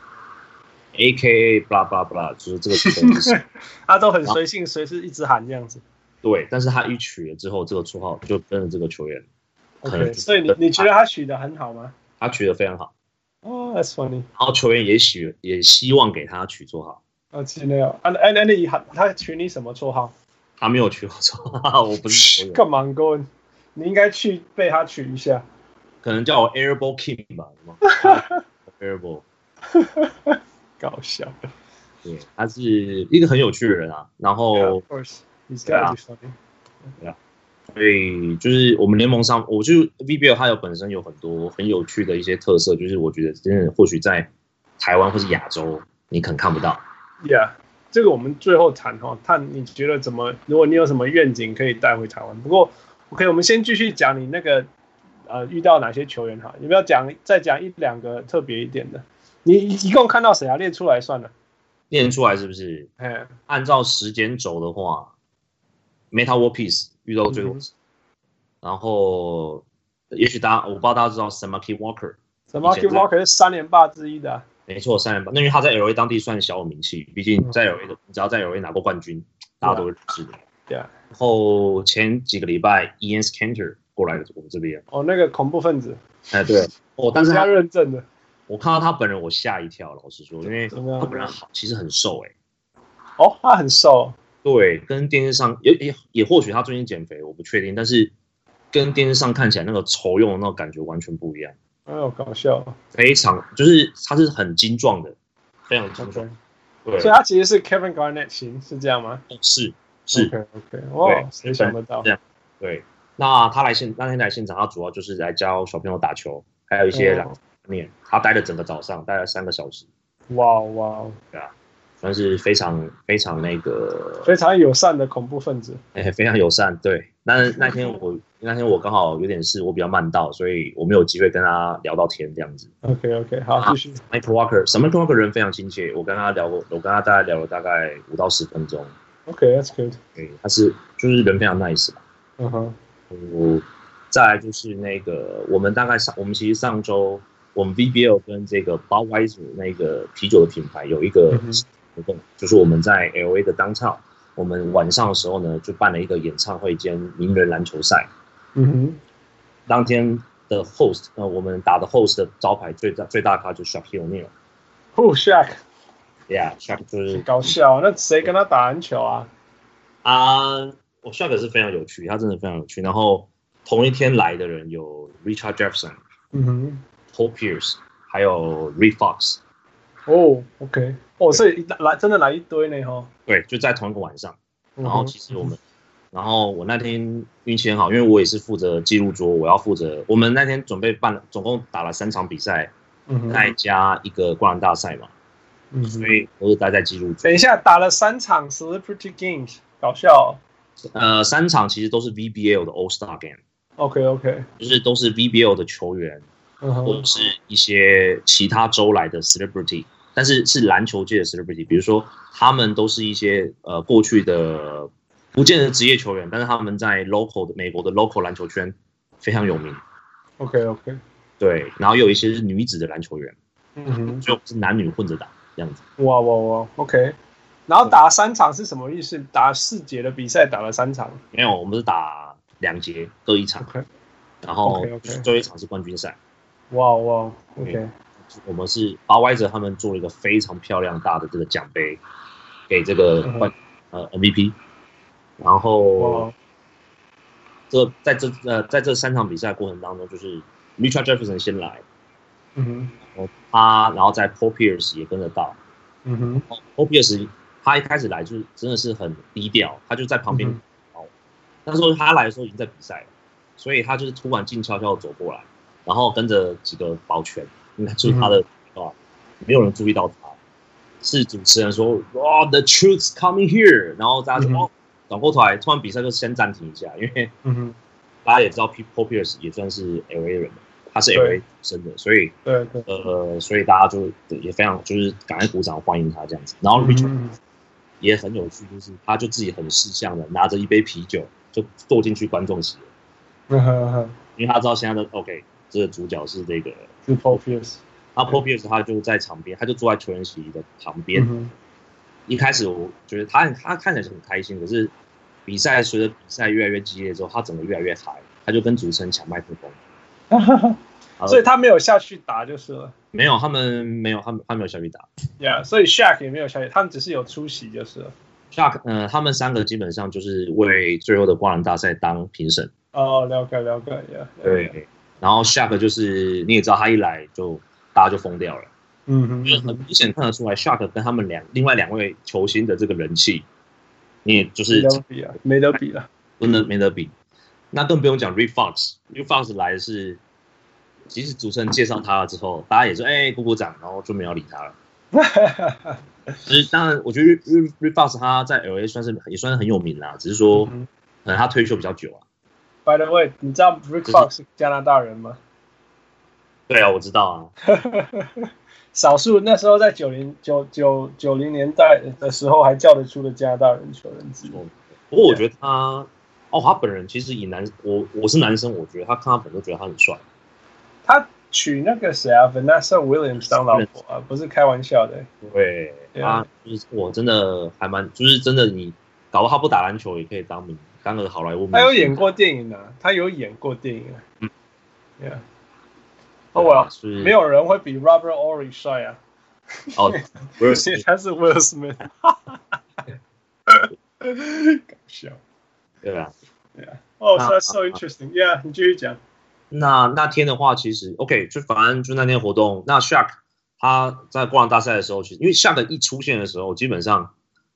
Speaker 2: ，A K A blah blah blah，就是 这个绰号就是
Speaker 4: 他啊都很随性随事一直喊这样子。
Speaker 2: 对，但是他一取了之后，这个绰号就跟着这个球员，可能
Speaker 4: OK，所以你你觉得他取得很好吗？
Speaker 2: 他取得非常好，
Speaker 4: 哦、t h a t s funny。
Speaker 2: 然后球员也许也希望给他取绰号，
Speaker 4: 哦，真的哦。啊，那那你喊他取你什么绰号
Speaker 2: 他没有取我绰号，我不是球员，
Speaker 4: ？Come on, go！你应该去被他取一下。
Speaker 2: 可能叫我 Airball King 吧什么，Airball。
Speaker 4: 搞笑。
Speaker 2: 对，他是一个很有趣的人啊，然后。
Speaker 4: Yeah, of course, he's gotta be funny.
Speaker 2: 所以就是我们联盟上，我就 VBL 它有本身有很多很有趣的一些特色，就是我觉得真的或许在台湾或是亚洲你可能看不到。
Speaker 4: Yeah，这个我们最后谈哈，看你觉得怎么？如果你有什么愿景可以带回台湾，不过 OK，我们先继续讲你那个呃遇到哪些球员哈，有没有讲再讲一两个特别一点的？你一共看到谁啊？列出来算了。
Speaker 2: 念出来是不是？
Speaker 4: 哎，
Speaker 2: 按照时间轴的话，Metal War Piece 遇到最后，
Speaker 4: 嗯哼
Speaker 2: 然后也许大家我不知道大家知道 Samaki Walker，
Speaker 4: 什么
Speaker 2: 以前
Speaker 4: Kim
Speaker 2: 在
Speaker 4: Walker 是三连霸之一的啊、
Speaker 2: 没错，三连霸，那因为他在 LA 当地算小有名气，毕竟在 LA 的，只要在 LA 拿过冠军，大家都认识的。
Speaker 4: 对啊。
Speaker 2: 然后前几个礼拜，Ian，E Scanter 过来我们这边，
Speaker 4: 哦，那个恐怖分子
Speaker 2: 哎，对，哦，但是
Speaker 4: 加
Speaker 2: 他
Speaker 4: 认证的，
Speaker 2: 我看到他本人，我吓一跳，老实说，因为
Speaker 4: 啊怎么样
Speaker 2: 他本人好，其实很瘦哎、
Speaker 4: 哦，他很瘦
Speaker 2: 对，跟电视上也也也或许他最近减肥，我不确定，但是跟电视上看起来那个愁容的那种感觉完全不一样，
Speaker 4: 哦，哎呦搞笑哦
Speaker 2: 非常就是他是很精壮的，非常精壮
Speaker 4: ，OK，，
Speaker 2: 对，
Speaker 4: 所以他其实是 Kevin Garnett 型是这样吗？
Speaker 2: 是是
Speaker 4: OK OK，哦
Speaker 2: 对，
Speaker 4: 谁想得到
Speaker 2: 这？样，对。那他来现那天来现场，他主要就是来教小朋友打球，还有一些
Speaker 4: 哦
Speaker 2: 篮面，他待了整个早上，待了三个小时，
Speaker 4: 哇哇，
Speaker 2: 算是非常非常那个
Speaker 4: 非常友善的恐怖分子。
Speaker 2: 哎、非常友善，对。那那天我那天我刚好有点事，我比较慢到，所以我没有机会跟他聊到天这样子。
Speaker 4: OK OK，好，
Speaker 2: 啊
Speaker 4: 继续。
Speaker 2: Mike Walker，Mike Walker 人非常亲切，我跟他聊过，我跟他大概聊了大概五到十分钟。
Speaker 4: OK，that's、good。
Speaker 2: 对，他是就是人非常 nice 吧。
Speaker 4: 嗯哼，
Speaker 2: 我再来就是那个我们大概上我们其实上周我们 VBL 跟这个 b o d w e i s e r 那个啤酒的品牌有一个
Speaker 4: 嗯哼
Speaker 2: 活动，就是我们在 LA 的 downtown，我们晚上的时候呢就办了一个演唱会兼名人篮球赛。
Speaker 4: 嗯哼，
Speaker 2: 当天的 host，呃，我们打的 host 的招牌最大最大咖就是 Shaquille O'Neal，Yeah，Shaq
Speaker 4: 哦 Shaq，
Speaker 2: 就是
Speaker 4: 搞笑，啊那谁跟他打篮球啊？
Speaker 2: 啊，我 Shaq 是非常有趣，他真的非常有趣。然后同一天来的人有 Richard Jefferson、
Speaker 4: 嗯哼，
Speaker 2: Paul Pierce，还有 Reed Fox，
Speaker 4: 哦，OK，哦，所以一大来真的来一堆呢 Mm-hmm 哈。
Speaker 2: 对，就在同一个晚上。
Speaker 4: 然
Speaker 2: 然后其实我们，然后我那天运气很好，因为我也是负责记录桌，我要负责。我们那天准备办了，总共打了三场比赛，
Speaker 4: 嗯哼，
Speaker 2: 再加一个灌篮大赛嘛，
Speaker 4: 嗯哼
Speaker 2: 所以我就待在记录桌。
Speaker 4: 等一下打了三场 Celebrity Games，搞笑、
Speaker 2: 呃，三场其实都是 VBL 的 All Star Game，
Speaker 4: 哦。OK OK，
Speaker 2: 就是都是 VBL 的球员，
Speaker 4: 嗯
Speaker 2: 或者
Speaker 4: 哼，
Speaker 2: 是一些其他州来的 Celebrity，但是是篮球界的 Celebrity，比如说他们都是一些呃过去的不见得职业球员，但是他们在 local 的美国的 local 篮球圈非常有名。
Speaker 4: OK OK，
Speaker 2: 对，然后有一些是女子的篮球员，
Speaker 4: 嗯哼，
Speaker 2: 就是男女混着打这样子。
Speaker 4: 哇哇哇，OK。然后打三场是什么意思？打四节的比赛打了三场
Speaker 2: 没有，我们是打两节各一场，
Speaker 4: ，OK，
Speaker 2: 然后
Speaker 4: OK，OK
Speaker 2: 最后一场是冠军赛。
Speaker 4: 哇哇，OK，
Speaker 2: 我们是八歪者他们做了一个非常漂亮大的这个奖杯给这个
Speaker 4: 嗯哼
Speaker 2: 冠、呃 MVP，然后
Speaker 4: 哇，
Speaker 2: 这在这呃在这三场比赛过程当中，就是 Richard Jefferson 先来，
Speaker 4: 嗯哼，
Speaker 2: 然后他然后在 Paul Pierce 也跟着到
Speaker 4: 嗯哼，
Speaker 2: ，Paul Pierce 他一开始来就是真的是很低调，他就在旁边
Speaker 4: 嗯
Speaker 2: 哦，那时候他来的时候已经在比赛了，所以他就是突然静悄悄的走过来，然后跟着几个保全，应该就是
Speaker 4: 嗯
Speaker 2: 他的啊，没有人注意到他，是主持人说哇、t h e truth's coming here，然后大家就、
Speaker 4: 嗯哼
Speaker 2: 哦转过头来，突然比赛就先暂停一下，因为
Speaker 4: 嗯哼，
Speaker 2: 大家也知道 P- Paul Pierce 也算是 LA 人嘛，他是 LA
Speaker 4: 对
Speaker 2: 出生的，所以
Speaker 4: 对对，
Speaker 2: 呃，所以大家就也非常就是赶快鼓掌欢迎他这样子。然后 Richard
Speaker 4: 嗯
Speaker 2: 也很有趣，就是他就自己很识相的拿着一杯啤酒就坐进去观众席了，
Speaker 4: 嗯哼哼
Speaker 2: 因为他知道现在的 OK 这个主角是这个，
Speaker 4: 是 Paul Pierce，
Speaker 2: 那 Paul Pierce 他就在场边，他就坐在球员席的旁边。
Speaker 4: 嗯
Speaker 2: 一开始我觉得他他看起来是很开心，可是比赛随着比赛越来越激烈之后，他整个越来越嗨，他就跟主持人抢麦克风。
Speaker 4: 嗯哼
Speaker 2: 好
Speaker 4: 所以他没有下去打就是了
Speaker 2: 没有，他们没有，他们他没有下去打。
Speaker 4: ，Yeah，所以 Shaq 也没有下去，他们只是有出席就是了。
Speaker 2: Shark，呃，他们三个基本上就是为最后的灌篮大赛当评审。
Speaker 4: 哦，了解了解，Yeah，
Speaker 2: 对，然后 Shark 就是你也知道，他一来就大家就疯掉了，
Speaker 4: 嗯哼
Speaker 2: 因为很
Speaker 4: 嗯
Speaker 2: 明显看得出来，Shark 跟他们两另外两位球星的这个人气，你也
Speaker 4: 没
Speaker 2: 就是
Speaker 4: 得比啊，没得比了，
Speaker 2: 不能没得比。那更不用讲 Red Fox，Red Fox 来的是，即使主持人介绍他了之后，大家也说哎鼓鼓掌，然后就没有理他了。其实当然，我觉得 Red Red Fox 他在 LA 算是也算是很有名啦，只是说
Speaker 4: 嗯
Speaker 2: 可能他退休比较久啊。
Speaker 4: By the way，你知道 Rick
Speaker 2: 是
Speaker 4: Fox 是加拿大人吗？
Speaker 2: 对啊，我知道啊。
Speaker 4: 少数那时候在九零九九九零年代的时候还叫得出的加拿大人球员之一。
Speaker 2: 哦不过我觉得
Speaker 4: 啊
Speaker 2: 他，哦，他本人其实以男，我我是男生，我觉得他看他本人都觉得他很帅。
Speaker 4: 他娶那个谁啊，Vanessa Williams 当老婆啊，不是开玩笑
Speaker 2: 嗯
Speaker 4: 的。
Speaker 2: 对，
Speaker 4: 对啊
Speaker 2: 他就是我真的还蛮，就是真的你，搞不好他不打篮球也可以当明当个好莱坞明星。
Speaker 4: 他有演过电影啊，他有演过电影啊。
Speaker 2: 嗯
Speaker 4: ，Yeah，
Speaker 2: 对啊，
Speaker 4: 哦哇
Speaker 2: 是
Speaker 4: 没有人会比 Robert Ory 帅啊，
Speaker 2: 哦， 不
Speaker 4: 而且
Speaker 2: 是
Speaker 4: 他是 Will Smith。搞笑。
Speaker 2: 对啊。
Speaker 4: 哦、
Speaker 2: 啊
Speaker 4: t h a t s so interesting. Yeah，你继续讲。
Speaker 2: 那那天的话，其实 OK，就反正就那天活动，那 Shark 他在灌篮大赛的时候，其实因为 Shark 一出现的时候，基本上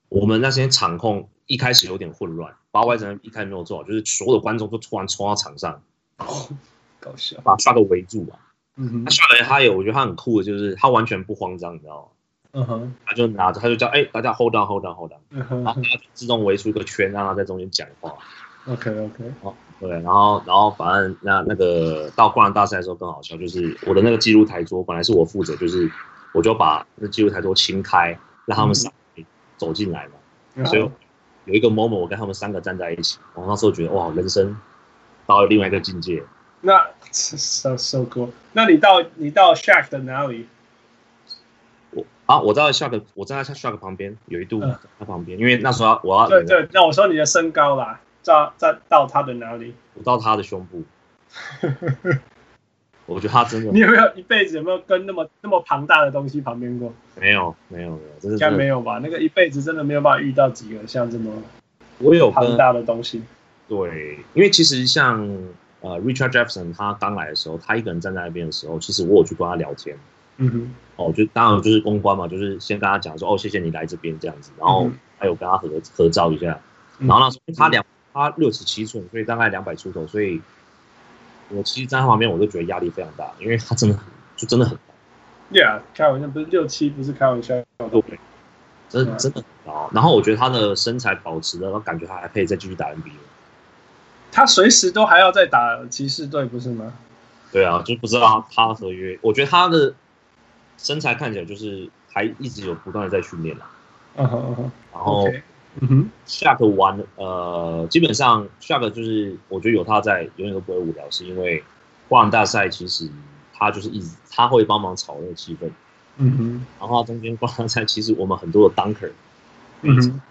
Speaker 2: 我们那些场控一开始有点混乱，把外人一开始没有做好，就是所有的观众都突然冲到场上，
Speaker 4: 搞笑。
Speaker 2: 把 Shark 围住嘛。
Speaker 4: 嗯哼
Speaker 2: 那，下来他有，我觉得他很酷的，就是他完全不慌张，你知道吗？
Speaker 4: 嗯哼，
Speaker 2: 他就拿着，他就叫哎、大家 hold on hold on hold on，
Speaker 4: 嗯哼
Speaker 2: 然后大家就自动围出一个圈，让他在中间讲话。
Speaker 4: ，OK OK。
Speaker 2: 对，然后然后反正那那个到灌篮大赛的时候更好笑，就是我的那个记录台桌本来是我负责，就是我就把那记录台桌清开，让他们三个走进来嘛。
Speaker 4: 嗯
Speaker 2: 所以有一个 moment 我跟他们三个站在一起，我那时候觉得哇，人生到了另外一个境界。
Speaker 4: 那 so so cool。那你到你到 Shack 的哪里？
Speaker 2: 我啊，我在 shark，我站在 shark 旁边，有一度
Speaker 4: 嗯
Speaker 2: 在他旁边，因为那时候我要
Speaker 4: 对对，那我说你的身高啦，到到到他的哪里？
Speaker 2: 我到他的胸 部，我觉得他真的
Speaker 4: 你有没有一辈子有没有跟那么那么庞大的东西旁边过？
Speaker 2: 没有没有没有，真
Speaker 4: 应
Speaker 2: 的
Speaker 4: 该
Speaker 2: 真
Speaker 4: 没
Speaker 2: 的，
Speaker 4: 有吧？那个一辈子真的没有办法遇到几个像这么
Speaker 2: 我有
Speaker 4: 庞
Speaker 2: 跟
Speaker 4: 大的东西。
Speaker 2: 对，因为其实像呃 Richard Jefferson 他刚来的时候，他一个人站在那边的时候，其实我有去跟他聊天
Speaker 4: 嗯哼，
Speaker 2: 哦，就当然就是公关嘛，就是先跟他讲说哦，谢谢你来这边这样子，然后
Speaker 4: 嗯
Speaker 2: 还有跟他合合照一下，
Speaker 4: 嗯
Speaker 2: 然后那时候他两他六十七寸，所以大概两百出头，所以我其实站在他旁边我就觉得压力非常大，因为他真的很就真的很高，
Speaker 4: ，Yeah，开玩笑，不是六七，不是开玩笑。
Speaker 2: 对，
Speaker 4: 嗯
Speaker 2: 真的真的很高。然后我觉得他的身材保持的，然后感觉他还可以再继续打 NBA。
Speaker 4: 他随时都还要再打骑士队，不是吗？
Speaker 2: 对啊，就不知道他合约，我觉得他的身材看起来就是还一直有不断的在训练啊。
Speaker 4: 嗯哼嗯哼
Speaker 2: 然后
Speaker 4: ，OK。嗯哼，
Speaker 2: 下个玩，呃，基本上下个就是我觉得有他在，永远都不会无聊，是因为灌篮大赛其实他就是一直他会帮忙炒那个气氛。
Speaker 4: 嗯哼，
Speaker 2: 然后中间灌篮赛其实我们很多的 dunker，
Speaker 4: 嗯哼，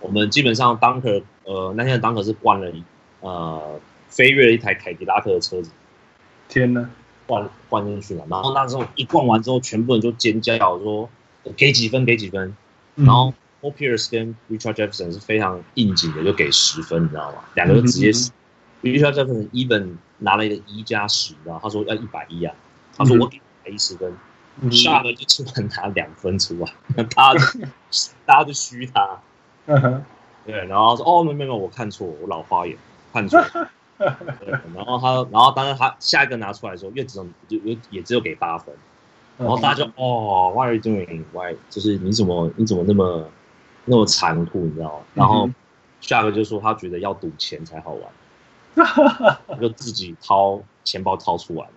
Speaker 2: 我们基本上 dunker，呃，那天的 dunker 是灌了一呃飞跃了一台凯迪拉克的车子
Speaker 4: 天哪！
Speaker 2: 灌灌进去了，然后那时候一灌完之后，全部人就尖叫说给几分给几分，
Speaker 4: 嗯
Speaker 2: 然后 Paul Pierce 跟 Richard Jefferson 是非常应景的，就给十分，你知道吗？两个就直接、
Speaker 4: 嗯
Speaker 2: Richard Jefferson even 拿了一个一加十，然后他说要一百一啊，他说
Speaker 4: 嗯
Speaker 2: 我给一十分，
Speaker 4: 嗯哼
Speaker 2: 下个就突然拿两分出来，大家就大家就虚他，
Speaker 4: 嗯哼，
Speaker 2: 对，然后说哦没有没有，我看错，我老花眼看错。对然后他，然后当然他下一个拿出来的时候，又只有就又也只有给八分，然后大家就
Speaker 4: 嗯
Speaker 2: 哦，Why are you doing? Why 就是你怎么你怎么那么那么残酷，你知道吗？然后
Speaker 4: 嗯
Speaker 2: 下个就说他觉得要赌钱才好玩，我就自己掏钱包掏出来，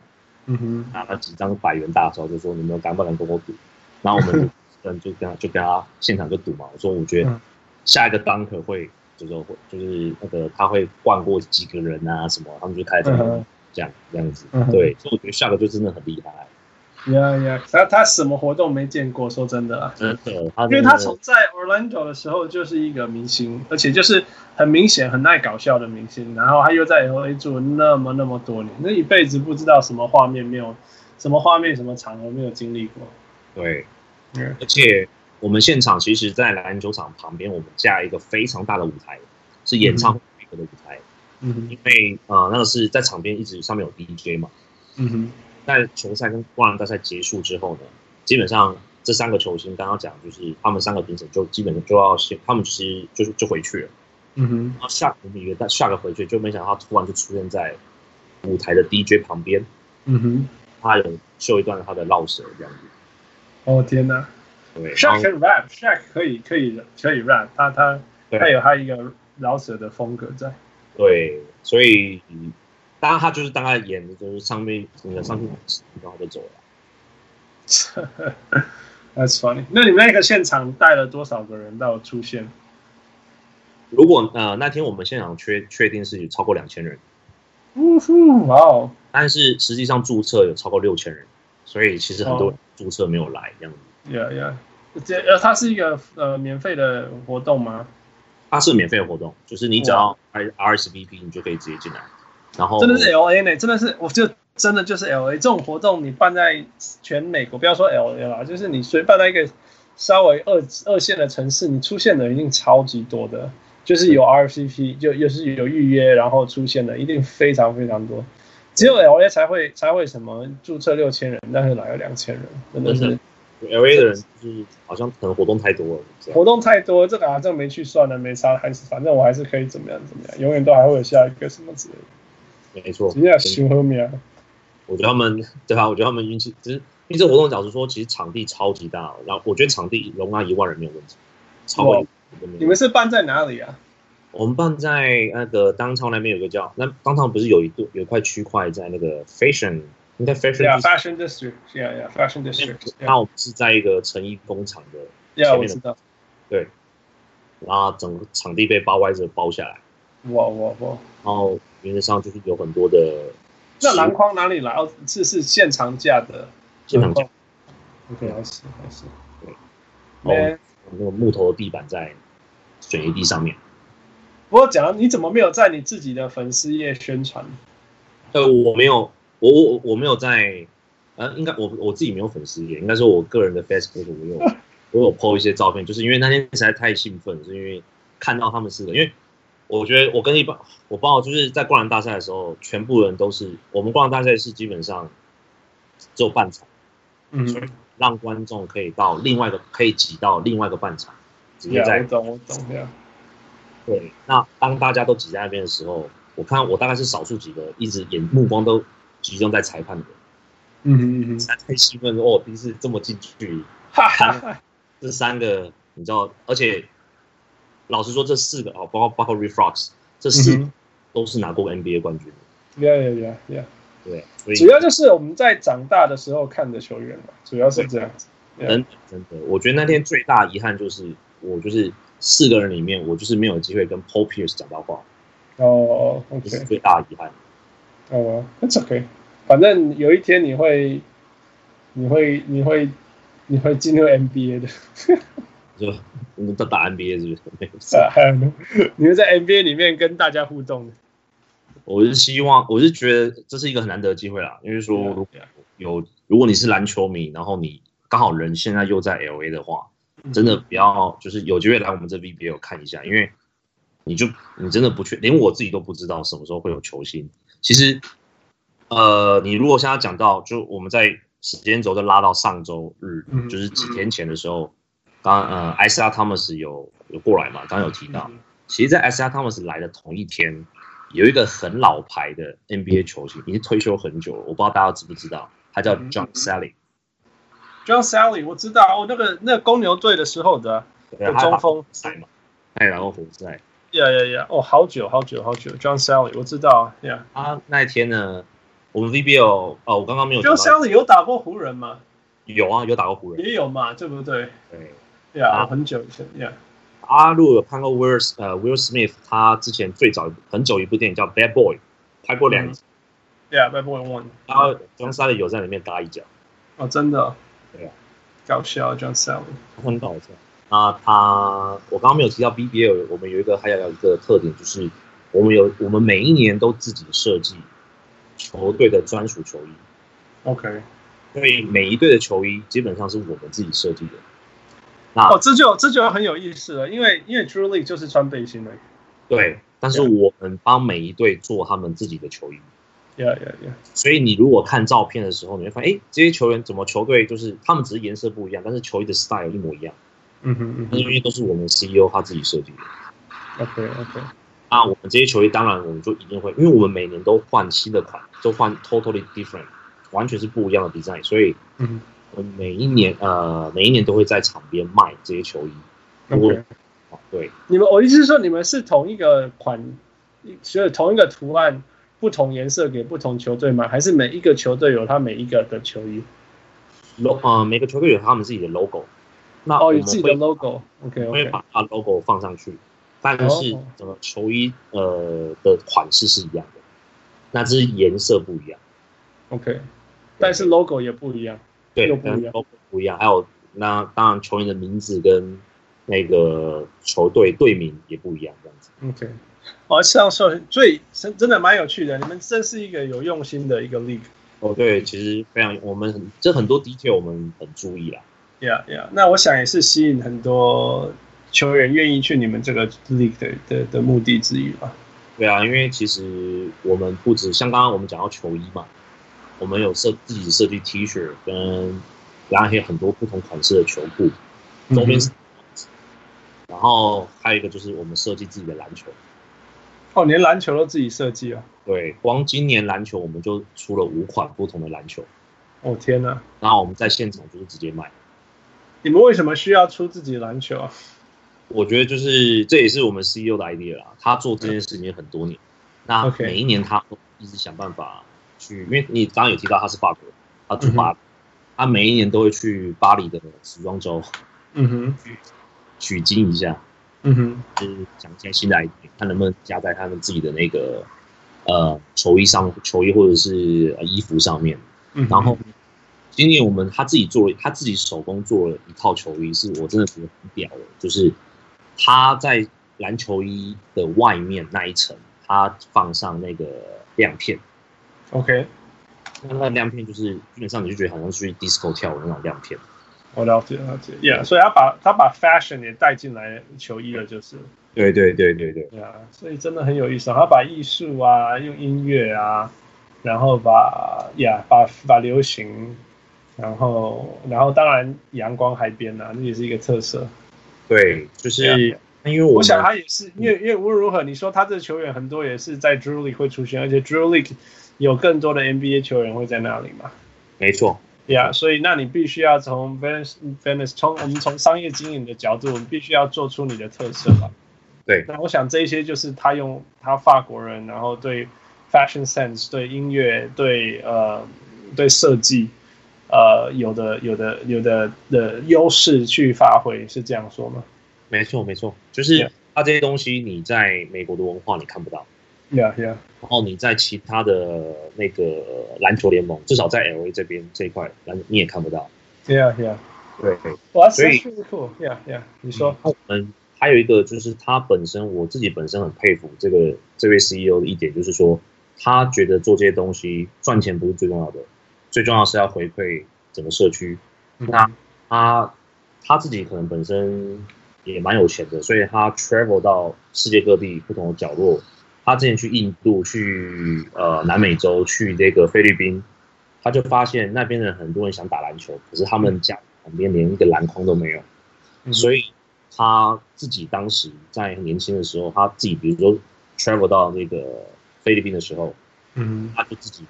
Speaker 4: 嗯哼，
Speaker 2: 拿了几张百元大钞，就说你们敢不敢跟我赌？然后 我们嗯就跟他就跟他现场就赌嘛，我说我觉得
Speaker 4: 嗯
Speaker 2: 下一个 dunk 会就是会就是那个他会灌过几个人啊什么，他们就开始
Speaker 4: 嗯哼
Speaker 2: 这样这样子
Speaker 4: 嗯，哼
Speaker 2: 对，所以我觉得下个就真的很厉害，
Speaker 4: 呀呀，他他什么活动没见过？说真的啊，
Speaker 2: 真的，他
Speaker 4: 因为他从在 Orlando 的时候就是一个明星，而且就是很明显很爱搞笑的明星，然后他又在 LA 住了那么那么多年，那一辈子不知道什么画面没有，什么画面什么场合没有经历过。
Speaker 2: 对，
Speaker 4: 嗯
Speaker 2: 而且我们现场其实，在篮球场旁边，我们架一个非常大的舞台，是演唱会规格的舞台，
Speaker 4: 嗯
Speaker 2: 因为呃那个是在场边一直上面有 DJ 嘛，
Speaker 4: 嗯哼，
Speaker 2: 在球赛跟灌篮大赛结束之后呢，基本上这三个球星刚刚讲，就是他们三个评审就基本上就要先，他们其实就是就回去了。
Speaker 4: 嗯哼，
Speaker 2: 然后下我们以为他下个回去，就没想到他突然就出现在舞台的 DJ 旁边，
Speaker 4: 嗯哼，
Speaker 2: 他有秀一段他的绕舌这样子。
Speaker 4: 哦天哪
Speaker 2: 对，然
Speaker 4: ，Shaq
Speaker 2: 后
Speaker 4: 很 rap，Shaq 可以可以可以 rap，他他
Speaker 2: 对
Speaker 4: 他有他一个饶舌的风格在。
Speaker 2: 对，所以当然他就是大概演的就是上面那个上去，然后就走了。
Speaker 4: That's funny。那你们那个现场带了多少个人到出现？
Speaker 2: 如果呃那天我们现场确确定是有超过两千人，
Speaker 4: 呜呼，哇哦！
Speaker 2: 但是实际上注册有超过六千人，所以其实很
Speaker 4: 哦
Speaker 2: 多人注册没有来这样子。
Speaker 4: Yeah, yeah. 这呃，它是一个呃免费的活动吗？
Speaker 2: 它是免费的活动，就是你只要 R RSVP 你就可以直接进来。然后
Speaker 4: 哦真的是 L A 呢、真的是，我就真的就是 L A 这种活动，你办在全美国，不要说 L A 啦，就是你随办在一个稍微二二线的城市，你出现的一定超级多的，就是有 R C P，就又是有预约，然后出现的一定非常非常多。只有 L A 才会才会什么注册六千人，但是来了两千人，真的
Speaker 2: 真
Speaker 4: 是
Speaker 2: 的 LA 的人就是好像可能活动太多了，这样
Speaker 4: 活动太多，这个啊，这个没去算了，没差，还是反正我还是可以怎么样怎么样，永远都还会有下一个什么之类的。
Speaker 2: 没错。
Speaker 4: 只要修后面啊，
Speaker 2: 我觉得他们对啊，我觉得他们运气，就是因为这活动，老实说，其实场地超级大，然后我觉得场地容纳一万人没有问题，超过
Speaker 4: 哇
Speaker 2: 一万人没有问题
Speaker 4: 你们是办在哪里啊？
Speaker 2: 我们办在那个当场那边有个叫那当场不是有一度有一块区块在那个 fashion 应该 fashion
Speaker 4: 对啊
Speaker 2: district
Speaker 4: ，Fashion District，Yeah Yeah，Fashion District。
Speaker 2: 那我们是在一个成衣工厂的，
Speaker 4: Yeah，我知道。
Speaker 2: 然后整个场地被包歪着包下来，
Speaker 4: 哇哇哇！
Speaker 2: 然后原则上就是有很多的
Speaker 4: 那篮筐哪里来？哦，是是现场架的。
Speaker 2: 现场架。
Speaker 4: OK，还是还是。
Speaker 2: 哦
Speaker 4: Man，
Speaker 2: 啊那个木头的地板在水泥地上面。
Speaker 4: 不过讲到你怎么没有在你自己的粉丝页宣传？
Speaker 2: 呃，我没有，我我我没有在，呃，应该我我自己没有粉丝页，应该说我个人的 Facebook 我有我有 po 一些照片，就是因为那天实在太兴奋，是因为看到他们四个，因为我觉得我跟一般我报就是在灌篮大赛的时候，全部人都是我们灌篮大赛是基本上只有半场，
Speaker 4: 嗯
Speaker 2: 所以让观众可以到另外一个可以挤到另外一个半场，直接
Speaker 4: ，Yeah，
Speaker 2: 在
Speaker 4: 我懂我懂，Yeah。
Speaker 2: 对，那当大家都挤在那边的时候，我看我大概是少数几个一直眼目光都集中在裁判的人。
Speaker 4: 嗯嗯嗯，
Speaker 2: 太兴奋了哦！第一次这么近距离，
Speaker 4: 哈哈哈。
Speaker 2: 这三个你知道，而且老实说，这四个哦，包括包括 Refrox，这四
Speaker 4: 嗯
Speaker 2: 个都是拿过 NBA 冠军的，
Speaker 4: Yeah Yeah Yeah Yeah，
Speaker 2: 对，所以
Speaker 4: 主要就是我们在长大的时候看的球员嘛，主要是这样子。
Speaker 2: 真
Speaker 4: Yeah
Speaker 2: 的真的，我觉得那天最大遗憾就是我就是四个人里面，我就是没有机会跟 Paul Pierce 讲到话，
Speaker 4: 哦哦
Speaker 2: 这是
Speaker 4: ，OK。
Speaker 2: 最大的遗憾。
Speaker 4: 哦、oh,，That's okay。反正有一天你会，你会，你会，你会进入 NBA 的，
Speaker 2: 就你们都 打 NBA 是不是？没有事，
Speaker 4: 啊还有呢你会在 NBA 里面跟大家互动的。
Speaker 2: 我是希望，我是觉得这是一个很难得的机会啦，因为说如果
Speaker 4: 啊
Speaker 2: 有如果你是篮球迷，然后你刚好人现在又在 L A 的话，嗯真的不要就是有机会来我们这 VBL 看一下，因为你就你真的不确，连我自己都不知道什么时候会有球星。其实，呃，你如果现在讲到，就我们在时间轴再拉到上周日，
Speaker 4: 嗯
Speaker 2: 就是几天前的时候，刚呃艾斯拉汤姆斯有有过来嘛，刚刚有提
Speaker 4: 嗯
Speaker 2: 到，其实，在艾斯拉汤姆斯来的同一天。有一个很老牌的 NBA 球星，已经退休很久了，我不知道大家知不知道，他叫
Speaker 4: 嗯
Speaker 2: John Sally，
Speaker 4: John Sally，我知道，哦，那个那个公牛队的时候的
Speaker 2: 对
Speaker 4: 的
Speaker 2: 他
Speaker 4: 中
Speaker 2: 打
Speaker 4: 锋
Speaker 2: 赛嘛，爱然后活塞，
Speaker 4: 呀呀呀！哦，好久好久好久，John Sally，我知道啊，Yeah，John
Speaker 2: 他那一天呢，我们 VBL 哦，我刚刚没有讲到，
Speaker 4: Sally 有打过湖人吗？
Speaker 2: 有啊，有打过湖人，
Speaker 4: 也有嘛，对不对
Speaker 2: 对。
Speaker 4: ？Yeah，
Speaker 2: 啊
Speaker 4: 很久以前，Yeah，
Speaker 2: 阿路有看过 Will 呃 Will Smith，他之前最早很久一部电影叫《Bad Boy》，拍过两集，
Speaker 4: Yeah，b a d Boy One。
Speaker 2: 然后 John s a l l 有在里面搭一脚，
Speaker 4: 哦，真的哦。
Speaker 2: 对啊
Speaker 4: 搞笑，John Sally。
Speaker 2: 很搞笑。那他我刚刚没有提到 BBL，我们有一个还有一个特点就是，我们有我们每一年都自己设计球队的专属球衣，
Speaker 4: OK。
Speaker 2: 所以每一队的球衣基本上是我们自己设计的。那
Speaker 4: 哦，这就这就很有意思了，因为因为 Drew Lee 就是穿背心的。
Speaker 2: 对，但是我们帮每一队做他们自己的球衣。
Speaker 4: Yeah, yeah, yeah.
Speaker 2: 所以你如果看照片的时候，你会发现，哎，这些球员怎么球队就是他们只是颜色不一样，但是球衣的 style 一模一样，
Speaker 4: 嗯哼嗯
Speaker 2: 因
Speaker 4: 哼
Speaker 2: 为都是我们 CEO 他自己设计的。
Speaker 4: ，OK OK。
Speaker 2: 那我们这些球衣，当然我们就一定会，因为我们每年都换新的款，都换 totally different，完全是不一样的 design，所以
Speaker 4: 嗯
Speaker 2: 我们每一年呃每一年都会在场边卖这些球衣。
Speaker 4: 哼
Speaker 2: 我
Speaker 4: ，OK。
Speaker 2: 哦，对，
Speaker 4: 你们我意思是说你们是同一个款，所以同一个图案，不同颜色给不同球队吗？还是每一个球队有他每一个的球衣？
Speaker 2: lo 呃每个球队有他们自己的 logo，那啊我
Speaker 4: 哦，有
Speaker 2: 们
Speaker 4: 自己的
Speaker 2: 会
Speaker 4: logo。OK
Speaker 2: 会
Speaker 4: OK。
Speaker 2: 把它 logo 放上去，但是
Speaker 4: 哦
Speaker 2: 整个球衣呃的款式是一样的，那只是颜色不一样，
Speaker 4: OK。但是 logo 也不一样。
Speaker 2: 对
Speaker 4: 又，不一样
Speaker 2: 但 logo 不一样，还有那当然球员的名字跟那个球队队名也不一样，这样子。
Speaker 4: OK，哦，这样说，所以真真的蛮有趣的。你们真是一个有用心的一个 league，yeah
Speaker 2: 哦，对，其实非常，我们很这很多 detail 我们很注意啦。
Speaker 4: yeah。那我想也是吸引很多球员愿意去你们这个 league 的的的目的之一吧。
Speaker 2: 对啊，因为其实我们不止像刚刚我们讲到球衣嘛，我们有设自己设计 T 恤跟然后还有很多不同款式的球裤，
Speaker 4: 嗯
Speaker 2: 周边是、然后还有一个就是我们设计自己的篮球。
Speaker 4: 哦，连篮球都自己设计啊！
Speaker 2: 对，光今年篮球我们就出了五款不同的篮球，
Speaker 4: 哦天哪，
Speaker 2: 然后我们在现场就是直接卖。
Speaker 4: 你们为什么需要出自己篮球啊？
Speaker 2: 我觉得就是这也是我们 CEO 的 idea 啦，他做这件事情很多年，那
Speaker 4: OK
Speaker 2: 每一年他都一直想办法去，因为你刚刚有提到他是法国，他住巴黎，他每一年都会去巴黎的时装周
Speaker 4: 嗯哼，
Speaker 2: 取经一下，
Speaker 4: 嗯哼，
Speaker 2: 就是讲一些新的 idea，看能不能加在他们自己的那个呃球衣上，球衣或者是呃衣服上面。
Speaker 4: 嗯哼
Speaker 2: 然后今年我们他自己做了，他自己手工做了一套球衣，是我真的觉得很屌的，就是他在篮球衣的外面那一层，他放上那个亮片，
Speaker 4: OK，
Speaker 2: 那那亮片就是基本上你就觉得好像去 disco 跳舞那种亮片，
Speaker 4: 我了解了解，yeah，所以他把他把 fashion 也带进来球衣了，就是。
Speaker 2: 对对对对对，
Speaker 4: 对啊，所以真的很有意思、啊。他把艺术啊，用音乐啊，然后把呀，把把流行，然后然后当然阳光海边啊，那也是一个特色。
Speaker 2: 对，就是啊因为
Speaker 4: 我
Speaker 2: 我
Speaker 4: 想
Speaker 2: 们
Speaker 4: 他也是，因为因为无论如何，你说他这球员很多也是在 Drew League 会出现，而且 Drew League 有更多的 NBA 球员会在那里嘛。
Speaker 2: 没错，
Speaker 4: 呀、yeah,，所以那你必须要从 Venice Venice 从我们从商业经营的角度，我们必须要做出你的特色吧。
Speaker 2: 对
Speaker 4: 那我想这一些就是他用他法国人，然后对 fashion sense、对音乐、对呃对设计，呃有的有的有的的优势去发挥，是这样说吗
Speaker 2: 没错没错，就
Speaker 4: Yeah
Speaker 2: 是他这些东西你在美国的文化你看不到。
Speaker 4: ？Yeah, yeah.
Speaker 2: 然后你在其他的那个篮球联盟，至少在 L A 这边这一块，篮你也看不到。
Speaker 4: Yeah, yeah.
Speaker 2: 对，
Speaker 4: 哇，
Speaker 2: 所以
Speaker 4: that's really cool. Yeah, yeah. 你说，
Speaker 2: 我们嗯还有一个就是他本身，我自己本身很佩服这个这位 CEO 的一点，就是说他觉得做这些东西赚钱不是最重要的，最重要的是要回馈整个社区。
Speaker 4: 嗯
Speaker 2: 那他他自己可能本身也蛮有钱的，所以他 travel 到世界各地不同的角落。他之前去印度、去呃南美洲、去这个菲律宾，他就发现那边的很多人想打篮球，可是他们家旁边连一个篮筐都没有。所以他自己当时在年轻的时候，他自己比如说 travel 到那个菲律宾的时候，
Speaker 4: 嗯，
Speaker 2: 他就自己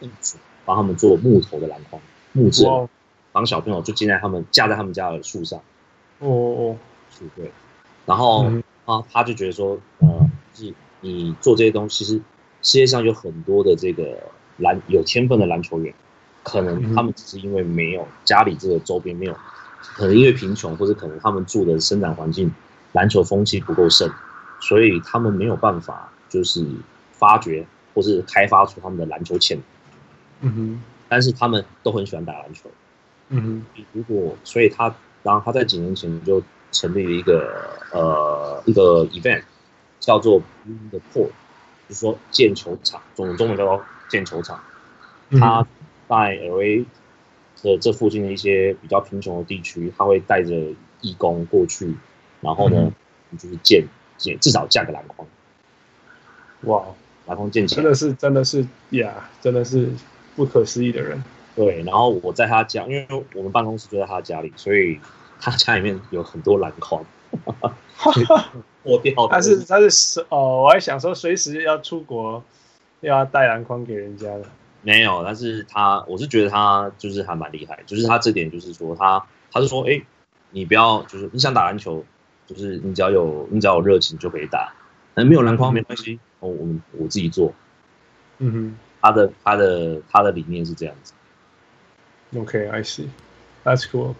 Speaker 2: 一直帮他们做木头的篮筐，木质的
Speaker 4: 哇，哦
Speaker 2: 帮小朋友就建在他们架在他们家的树上，
Speaker 4: 哦哦，
Speaker 2: 树对。然后
Speaker 1: 嗯
Speaker 2: 啊，他就觉得说，呃，是你做这些东西，其实世界上有很多的这个篮有天分的篮球员，可能他们只是因为没有家里这个周边没有，可能因为贫穷，或者可能他们住的生长环境篮球风气不够盛，所以他们没有办法就是发掘或是开发出他们的篮球潜能，
Speaker 1: 嗯哼，
Speaker 2: 但是他们都很喜欢打篮球。
Speaker 1: 嗯哼，
Speaker 2: 如果，所以他，然后他在几年前就成立了一个呃一个 event，叫做 Bring the Court，就是说建球场，中中文叫做建球场。
Speaker 1: 嗯哼
Speaker 2: 他在 LA 的这附近的一些比较贫穷的地区，他会带着义工过去，然后呢，就是建建至少架个篮筐，
Speaker 4: 哇，
Speaker 2: 篮筐建起来
Speaker 4: 真。的是真的是呀，真的是不可思议的人。
Speaker 2: 对，然后我在他家，因为我们办公室就在他家里，所以他家里面有很多篮 筐， 破掉的。
Speaker 4: 他是他是是哦，我还想说随时要出国，要带篮筐给人家的。
Speaker 2: 没有，但是他我是觉得他就是还蛮厉害，就是他这点就是说他他是说，哎、你不要就是你想打篮球，就是你只要有你只要有热情就可以打，那没有篮筐没关系，哦，我们我自己做。
Speaker 4: 嗯
Speaker 2: 他的他的他的理念是这样子。
Speaker 4: 哼，OK，I、see，that's cool。